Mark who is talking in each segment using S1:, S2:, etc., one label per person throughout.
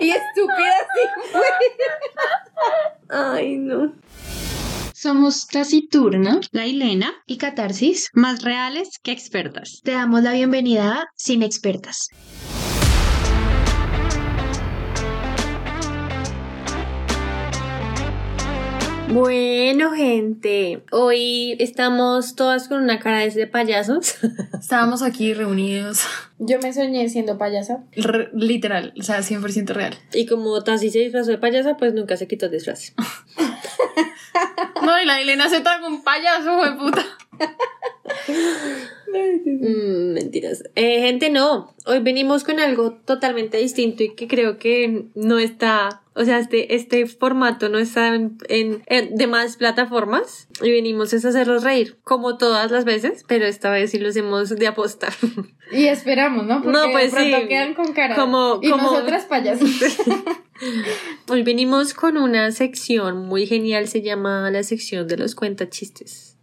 S1: y estúpida así, güey.
S2: Ay, no.
S3: Somos Taciturna,
S4: La Hilena
S3: y Catarsis.
S4: más reales que expertas.
S3: Te damos la bienvenida a Sin Expertas.
S2: Bueno, gente, hoy estamos todas con una cara de payasos.
S5: Estábamos aquí reunidos,
S1: Yo me soñé siendo payasa.
S5: re- literal, o sea, 100% real.
S2: Y como Tassi se disfrazó de payasa, pues nunca se quitó el disfraz.
S5: No, y la Elena se traga un payaso, de puta.
S2: Mm, mentiras. Eh, gente, no. Hoy venimos con algo totalmente distinto y que creo que no está. O sea, este, este formato no está en, en- en demás plataformas. Y venimos es a hacerlos reír, como todas las veces, pero esta vez sí lo hacemos de aposta.
S1: Y esperamos, ¿no? Porque
S2: No, pues
S1: de pronto
S2: sí.
S1: quedan con cara.
S2: Como-
S1: y
S2: como-
S1: nosotras payasas.
S2: Hoy venimos con una sección muy genial, se llama la sección de los cuentachistes.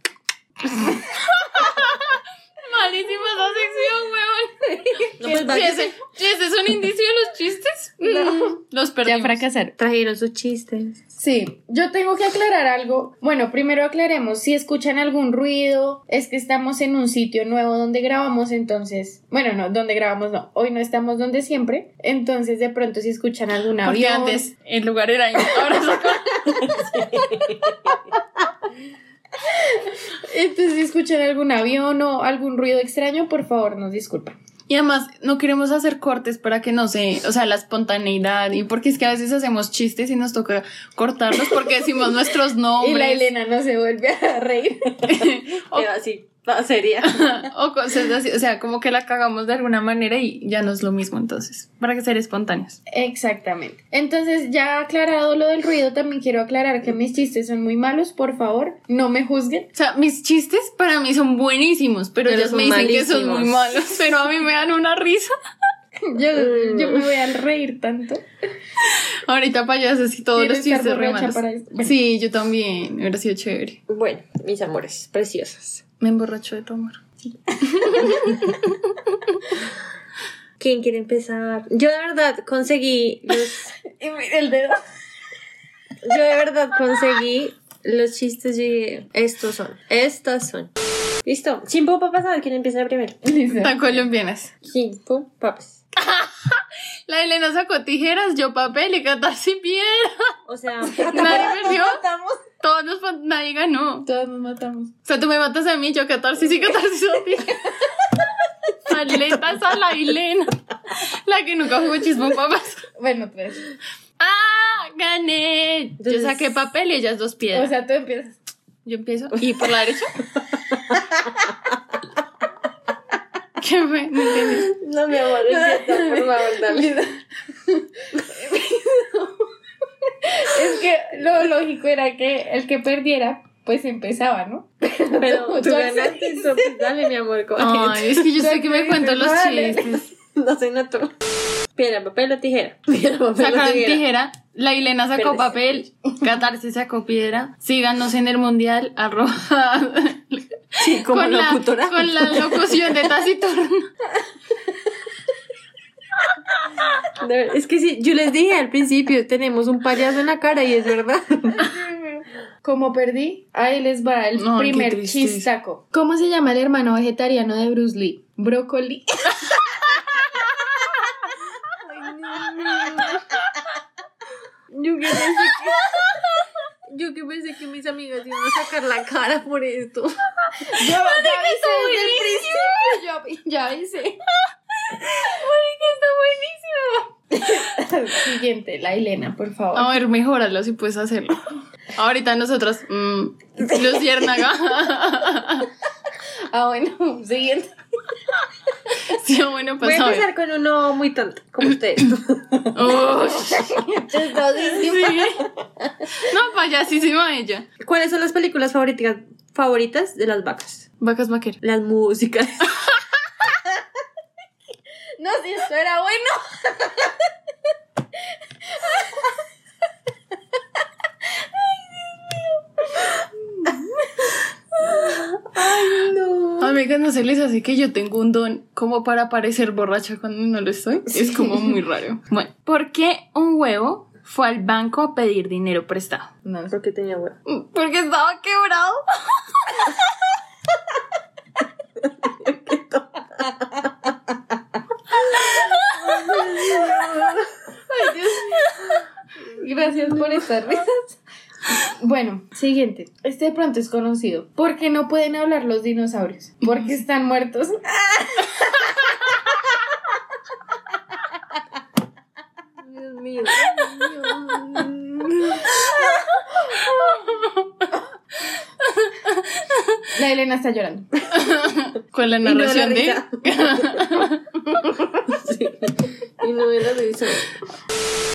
S5: Malísima esa sección, weón.
S2: No, pues, va-
S5: Si ese, si ese es un indicio de los chistes, mm, los
S4: Ya
S5: perdimos.
S4: fracasar.
S2: trajeron sus chistes.
S1: Sí, yo tengo que aclarar algo. Bueno, primero aclaremos, si escuchan algún ruido, es que estamos en un sitio nuevo donde grabamos, entonces, bueno, no, donde grabamos no, hoy no estamos donde siempre, entonces de pronto si escuchan algún avión.
S5: Porque antes el lugar era ahí, ahora es acá.
S1: Entonces si escuchan algún avión o algún ruido extraño, por favor, nos disculpan.
S5: Y además, no queremos hacer cortes para que no se, o sea, la espontaneidad. Y porque es que a veces hacemos chistes y nos toca cortarlos porque decimos nuestros nombres.
S1: Y la Elena no se vuelve a reír. Oh.
S5: O-
S2: Pero así, sería.
S5: o cosas así, o sea, como que la cagamos de alguna manera y ya no es lo mismo entonces, para que ser espontáneos.
S1: Exactamente. Entonces, ya aclarado lo del ruido, también quiero aclarar que mis chistes son muy malos, por favor, no me juzguen.
S5: O sea, mis chistes para mí son buenísimos, pero,
S2: Pero
S5: ellos
S2: son
S5: me dicen que son
S2: malísimos.
S5: muy malos, pero a mí me dan una risa. Mm.
S1: Yo, yo me voy a reír tanto.
S5: Ahorita payasos y todos
S1: Quiero
S5: los
S1: estar
S5: chistes re
S1: borracha
S5: malos.
S1: para esto. Bueno.
S5: Sí, yo también, hubiera sido chévere.
S2: Bueno, mis amores, preciosos.
S5: Me emborracho de tu amor.
S2: ¿Quién quiere empezar? Yo de verdad conseguí los,
S1: Y mira el dedo.
S2: yo de verdad conseguí los chistes y estos son, estos son. Listo, chimpo papas, a ver quién empieza primero.
S1: Listo.
S5: Tan colombianas.
S2: Chimpo papas.
S5: La Elena sacó tijeras, yo papel y Catar sin piedra.
S2: O sea,
S5: Nadie perdió,
S1: matamos.
S5: todos los, pa- nadie ganó.
S1: Todos nos matamos.
S5: O sea, tú me matas a mí, yo catarsis y catarsis a ti. Aletas a la Hilena. La que nunca jugó chismón papas.
S1: Bueno, tres.
S5: ¡Ah! ¡Gané! Yo
S2: Entonces-
S5: saqué papel y ellas dos
S1: O
S5: piedras.
S1: sea, tú empiezas.
S5: yo empiezo. ¿Y por la derecha? ¿Qué fue? No entendí.
S2: no me amor, empieza, por favor, dale.
S1: Es que lo lógico era que el que perdiera, pues empezaba, ¿no?
S2: Pero tú
S1: Tú accediste.
S2: ganaste, entonces dale, mi amor, coge.
S5: Ay, es que yo sé que me cuento los
S1: Vale.
S5: chistes.
S2: No se notó. Piedra, papel o tijera. Piedra, papel o
S5: Sacaron
S2: tijera.
S5: tijera. La Hilena sacó
S2: Perdés.
S5: papel. Catarsis sacó piedra. Síganos en el mundial. Arroba.
S2: Sí, como
S5: con
S2: locutora.
S5: La, con la locución de taciturno.
S2: De ver- Es que sí, yo les dije al principio, tenemos un payaso en la cara y es verdad.
S1: Como perdí, ahí les va el
S5: Ay, qué
S1: primer
S5: tristeza.
S1: chistaco. ¿Cómo se llama el hermano vegetariano de Bruce Lee? Brócoli.
S2: Yo que pensé que, yo que pensé que mis amigas iban a sacar la cara por esto.
S1: Yo ya avisé desde el principio, yo ya avisé. Siguiente, la Elena, por favor.
S5: A ver, mejóralo si puedes hacerlo. Ahorita nosotros, mmm, Luciérnaga.
S1: Ah, bueno, siguiente.
S5: sí, bueno,
S2: Voy
S5: pues
S2: a
S5: a ver.
S2: empezar con uno muy tonto, como ustedes.
S5: Ush,
S1: Chistosísimo.
S5: sí. No, payasísima ella.
S2: ¿Cuáles son las películas favoritas, favoritas de las vacas?
S5: Vacas vaqueras.
S2: Las músicas.
S1: No, si esto era bueno.
S2: No.
S5: A mí Oigan, ¿no se les hace que yo tengo un don como para parecer borracha cuando no lo estoy? Es como muy raro. Bueno, ¿por qué un huevo fue al banco a pedir dinero prestado? No sé.
S2: Porque tenía huevo.
S5: Porque estaba quebrado.
S2: Gracias por estar.
S1: Bueno, siguiente. Este de pronto es conocido. ¿Por qué no pueden hablar los dinosaurios? Porque están muertos.
S2: Dios mío.
S1: La Elena está llorando.
S5: Con la narración de...
S2: Y no era risa.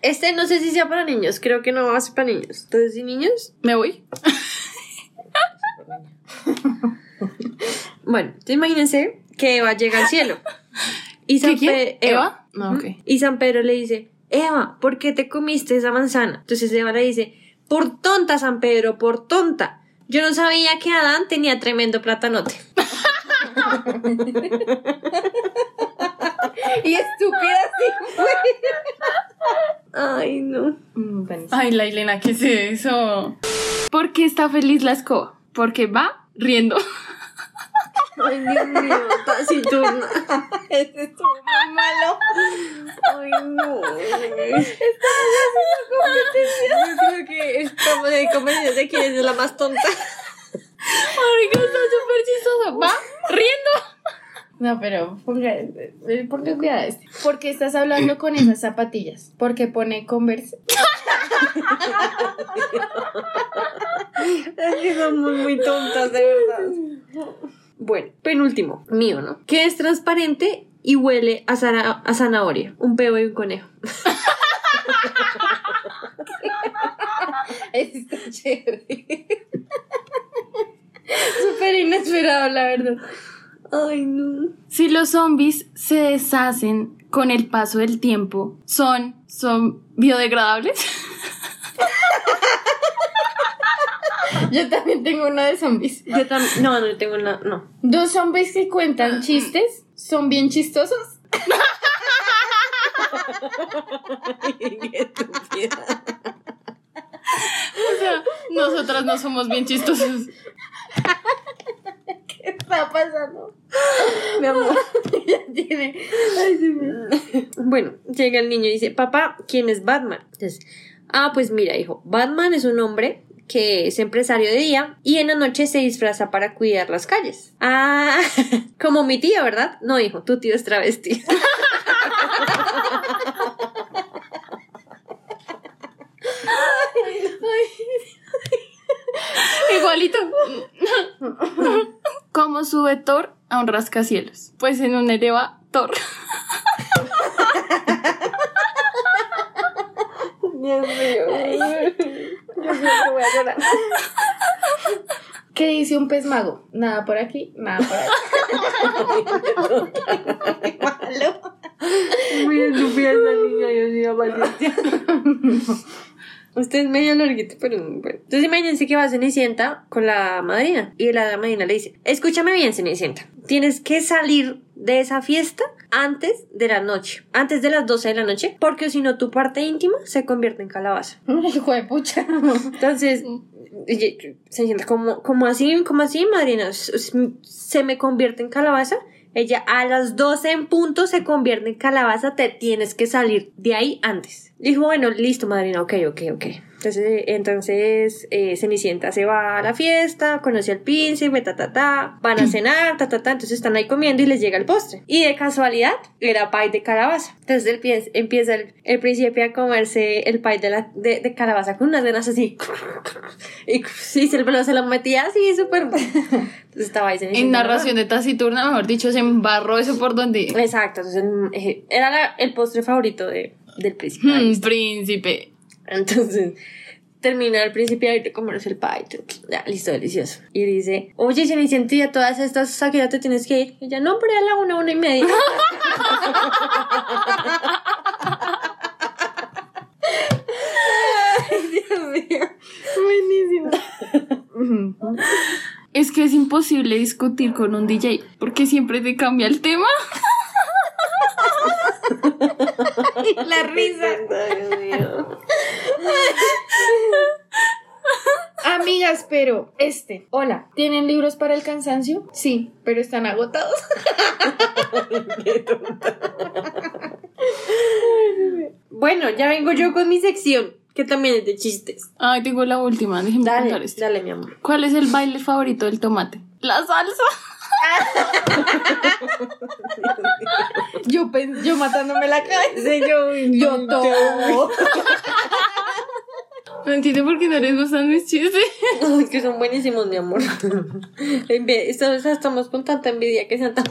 S2: Este no sé si sea para niños, creo que no va a ser para niños. Entonces, ¿y niños?
S5: ¿Me voy?
S2: Bueno, entonces imagínense que Eva llega al cielo. Y San
S5: quién?
S2: Pe-
S5: ¿Eva? No, ok.
S2: Y San Pedro le dice, Eva, ¿por qué te comiste esa manzana? Entonces Eva le dice, por tonta, San Pedro, por tonta. Yo no sabía que Adán tenía tremendo platanote.
S1: Y estúpida
S2: Ay, no.
S5: Ay, la Elena, ¿qué es eso? ¿Por qué está feliz la escoba? Porque va riendo.
S2: Ay, Dios mío, taciturna. Este estuvo muy malo. Ay, no. Estamos haciendo competencia. Yo creo que estamos en competencia de quién es la más tonta.
S5: Marica, está súper chistoso. Va riendo.
S1: No, pero ponga, eh, ponga cuidado a este. ¿Por qué estás hablando con esas zapatillas? Porque pone Converse.
S2: Es que somos muy tontas, de verdad. Bueno, penúltimo. Mío, ¿no? Que es transparente y huele a, zana- a zanahoria. Un peo y un conejo.
S1: Está chévere. Súper inesperado, la verdad.
S2: Ay, no.
S5: Si los zombies se deshacen con el paso del tiempo, ¿son, son biodegradables?
S1: Yo también tengo uno de zombies.
S2: Yo también. No, no tengo nada. No.
S1: Dos zombies que cuentan chistes son bien chistosos.
S5: O sea, nosotras no somos bien chistosos.
S1: ¿Qué está pasando?
S2: Mi amor.
S1: Ya tiene.
S2: Bueno, llega el niño y dice, papá, ¿quién es Batman? Entonces, ah, pues mira, hijo, Batman es un hombre que es empresario de día y en la noche se disfraza para cuidar las calles. Ah, como mi tía, ¿verdad? No, hijo, tu tío es travesti.
S5: Igualito. ¿Cómo sube Thor a un rascacielos? Pues en un elevador.
S1: ¿Qué dice un pez mago? Nada por aquí, nada por aquí.
S2: Muy estúpida esa niña, Dios mío, maldita. Usted es medio larguito, pero bueno. Entonces imagínense que va Cenicienta con la madrina. Y la madrina le dice, escúchame bien, Cenicienta. Tienes que salir de esa fiesta antes de la noche. Antes de las 12 de la noche. Porque si no, tu parte íntima se convierte en calabaza.
S1: Hijo de pucha.
S2: Entonces, oye, Cenicienta, como como así? como así, madrina? S- s- ¿Se me convierte en calabaza? Ella a las 12 en punto se convierte en calabaza, te tienes que salir de ahí antes. Dijo, bueno, listo, madrina, ok, ok, ok. Entonces, eh, entonces eh, Cenicienta se va a la fiesta, conoce al príncipe, ta, ta, ta, van
S5: Mm.
S2: a cenar, ta, ta, ta, entonces están ahí comiendo y les llega el postre. Y de casualidad, era pie de calabaza. Entonces el pie- empieza el, el príncipe a comerse el pie de, la, de, de calabaza con unas venas así. Y sí, se lo, se lo metía así, súper. Entonces estaba ahí Cenicienta.
S5: En narración de taciturna, mejor dicho, se embarró eso por donde...
S2: Exacto, entonces mm, eh, era la- el postre favorito de, del príncipe.
S5: Hmm, príncipe.
S2: Entonces termina el príncipe ahí te comerse el pie. tú, Ya, listo, delicioso. Y dice, oye, Cenicienta, ¿y a todas estas aquí ya te tienes que ir. Y ella, no, pero a la una, una y media. Ay, Dios mío.
S1: Buenísimo.
S5: Es que que es imposible discutir con un DJ porque siempre te cambia el tema.
S1: La risa. Amigas, pero este, hola, ¿tienen libros para el cansancio? Sí, pero están agotados.
S2: Bueno, ya vengo yo con mi sección, que también es de chistes.
S5: Ay, tengo la última, déjenme contar
S2: Dale,
S5: esto.
S2: dale, mi amor.
S5: ¿Cuál es el baile favorito del tomate? La salsa.
S1: Yo, pen- yo matándome la cabeza.
S2: Yo,
S1: Yo todo.
S5: No entiendo por qué no les gustan mis chistes.
S2: Ay, que son buenísimos, mi amor. Envi- Estamos estamos con tanta envidia que sean tan...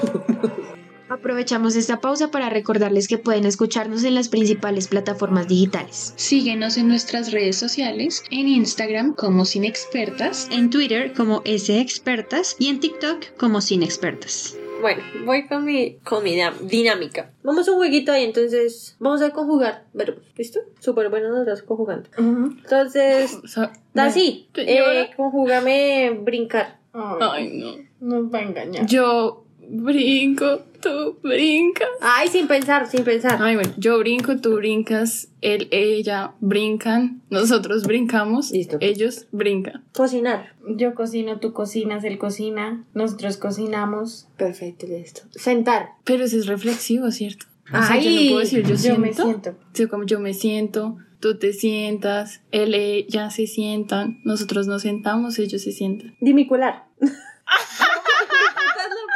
S3: Aprovechamos esta pausa para recordarles que pueden escucharnos en las principales plataformas digitales.
S6: Síguenos en nuestras redes sociales, en Instagram como Sin Expertas.
S4: En Twitter como S Expertas y en TikTok como Sin Expertas.
S2: Bueno, voy con mi, con mi dinam- dinámica. Vamos a un jueguito ahí, entonces vamos a conjugar verbos. ¿Listo? Súper bueno nosotros conjugando. Entonces,
S5: O sea,
S2: Tassi,
S5: ¿Qué,
S2: eh,
S5: y ahora?
S2: conjugame brincar.
S1: Ah.
S5: Ay, no.
S1: Nos va a engañar.
S5: Yo brinco, tú brincas.
S2: Ay, sin pensar, sin pensar.
S5: Ay, bueno, yo brinco, tú brincas, él, ella brincan, nosotros brincamos,
S2: Listo.
S5: ellos brincan.
S2: Cocinar.
S1: Yo cocino, tú cocinas, él cocina, nosotros cocinamos.
S2: Perfecto, listo. Sentar.
S5: Pero eso es reflexivo, ¿cierto? O sea, yo no
S2: Ay,
S5: puedo decir yo,
S1: Yo me
S5: siento.
S1: siento.
S5: Sí, como yo me siento, tú te sientas, él, ella se sientan, nosotros nos sentamos, ellos se sientan.
S2: Dimicular. lo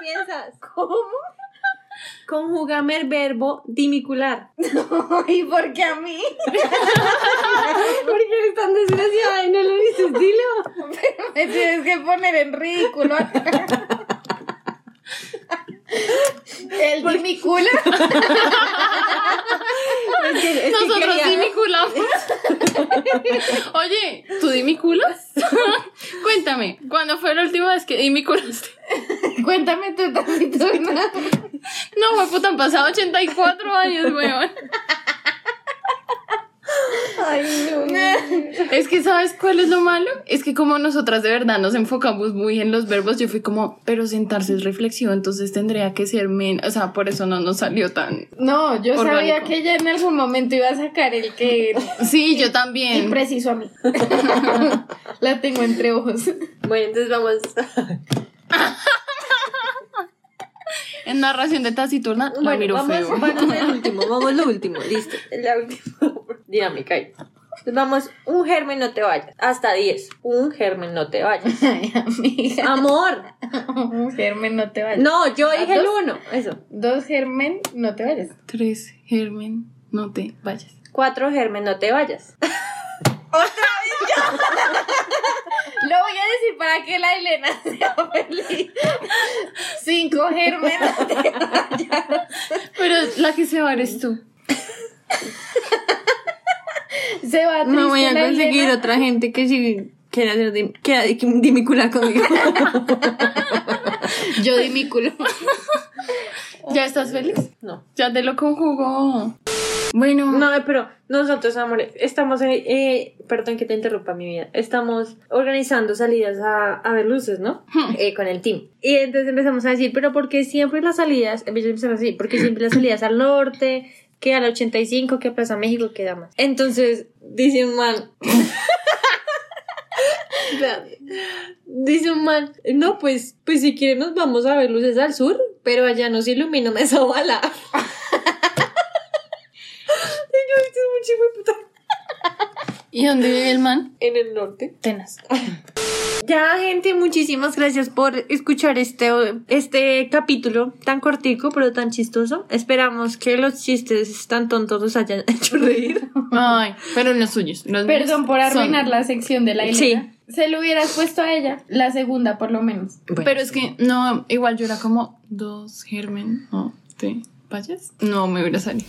S2: piensas? ¿Cómo? Conjugame el verbo dimicular.
S1: ¿Y por qué a mí?
S2: ¿Por qué eres tan desgraciada y no lo dices? Dilo.
S1: Me tienes que poner en ridículo. El dimicula.
S2: Es que- es que
S5: nosotros
S2: quería-
S5: dimiculamos. Oye, ¿tú dimiculas? Cuéntame, ¿cuándo fue la última vez que dimiculaste?
S1: Cuéntame tu taciturna.
S5: No, güey, puta, han pasado 84 años, weón.
S2: Ay, no.
S5: Es que, ¿sabes cuál es lo malo? Es que como nosotras de verdad nos enfocamos muy en los verbos, yo fui como, pero sentarse es reflexivo, entonces tendría que ser men... O sea, por eso no nos salió tan...
S1: No, yo sabía
S5: Orgánico.
S1: que ella en algún momento iba a sacar el que
S5: Sí, yo también.
S1: impreciso a mí. La tengo entre ojos.
S2: Bueno, entonces vamos.
S5: En narración de taciturna, la
S2: Bueno,
S5: miro
S2: vamos,
S5: feo.
S2: vamos al último, vamos al último, listo. La última dinámica ahí. Entonces Vamos, un germen no te vayas. Hasta 10. Un germen no te vayas.
S1: Ay, amiga.
S2: Amor.
S1: Un germen, no te vayas.
S2: Ah. No, yo dije el
S1: dos?
S2: uno. Eso.
S1: Dos germen, no te vayas.
S5: Tres, germen, no te vayas.
S2: Cuatro germen no te vayas.
S1: Lo voy a decir para que la Elena sea feliz. Cinco germen. no te vayas.
S5: Pero la que se va eres tú.
S1: Se va triste
S2: No voy a
S1: la
S2: conseguir
S1: Elena.
S2: otra gente que si quiera hacer dim- quiera dimicular conmigo.
S1: Yo dimiculo.
S5: ¿Ya estás feliz?
S2: No.
S5: Ya te lo conjugó. Bueno,
S2: No, pero nosotros, amores, estamos, eh, eh, perdón que te interrumpa mi vida, estamos organizando salidas a, a ver luces, ¿no? Eh, con el team. Y entonces empezamos a decir, pero ¿por qué siempre las salidas, empezamos a decir, porque siempre las salidas al norte, que a la 85, que a Plaza México, que da más? Entonces, dice un man, Espérate. Dice un man, no, pues, pues si quieren nos vamos a ver luces al sur, pero allá no se ilumina esa bala. y yo, "Este es un chico de puta".
S5: ¿y dónde vive el man?
S2: En el norte.
S5: Tenas.
S2: Ya, gente, muchísimas gracias por escuchar este, este capítulo tan cortico, pero tan chistoso. Esperamos que los chistes tan tontos los hayan hecho reír.
S5: Ay, pero los suyos. los míos
S1: Perdón por
S5: son-
S1: arruinar la sección de la Elena. Se lo hubieras puesto a ella, la segunda por lo menos.
S5: Pero es que, no, igual yo era como dos germen, no te vayas. No me hubiera salido.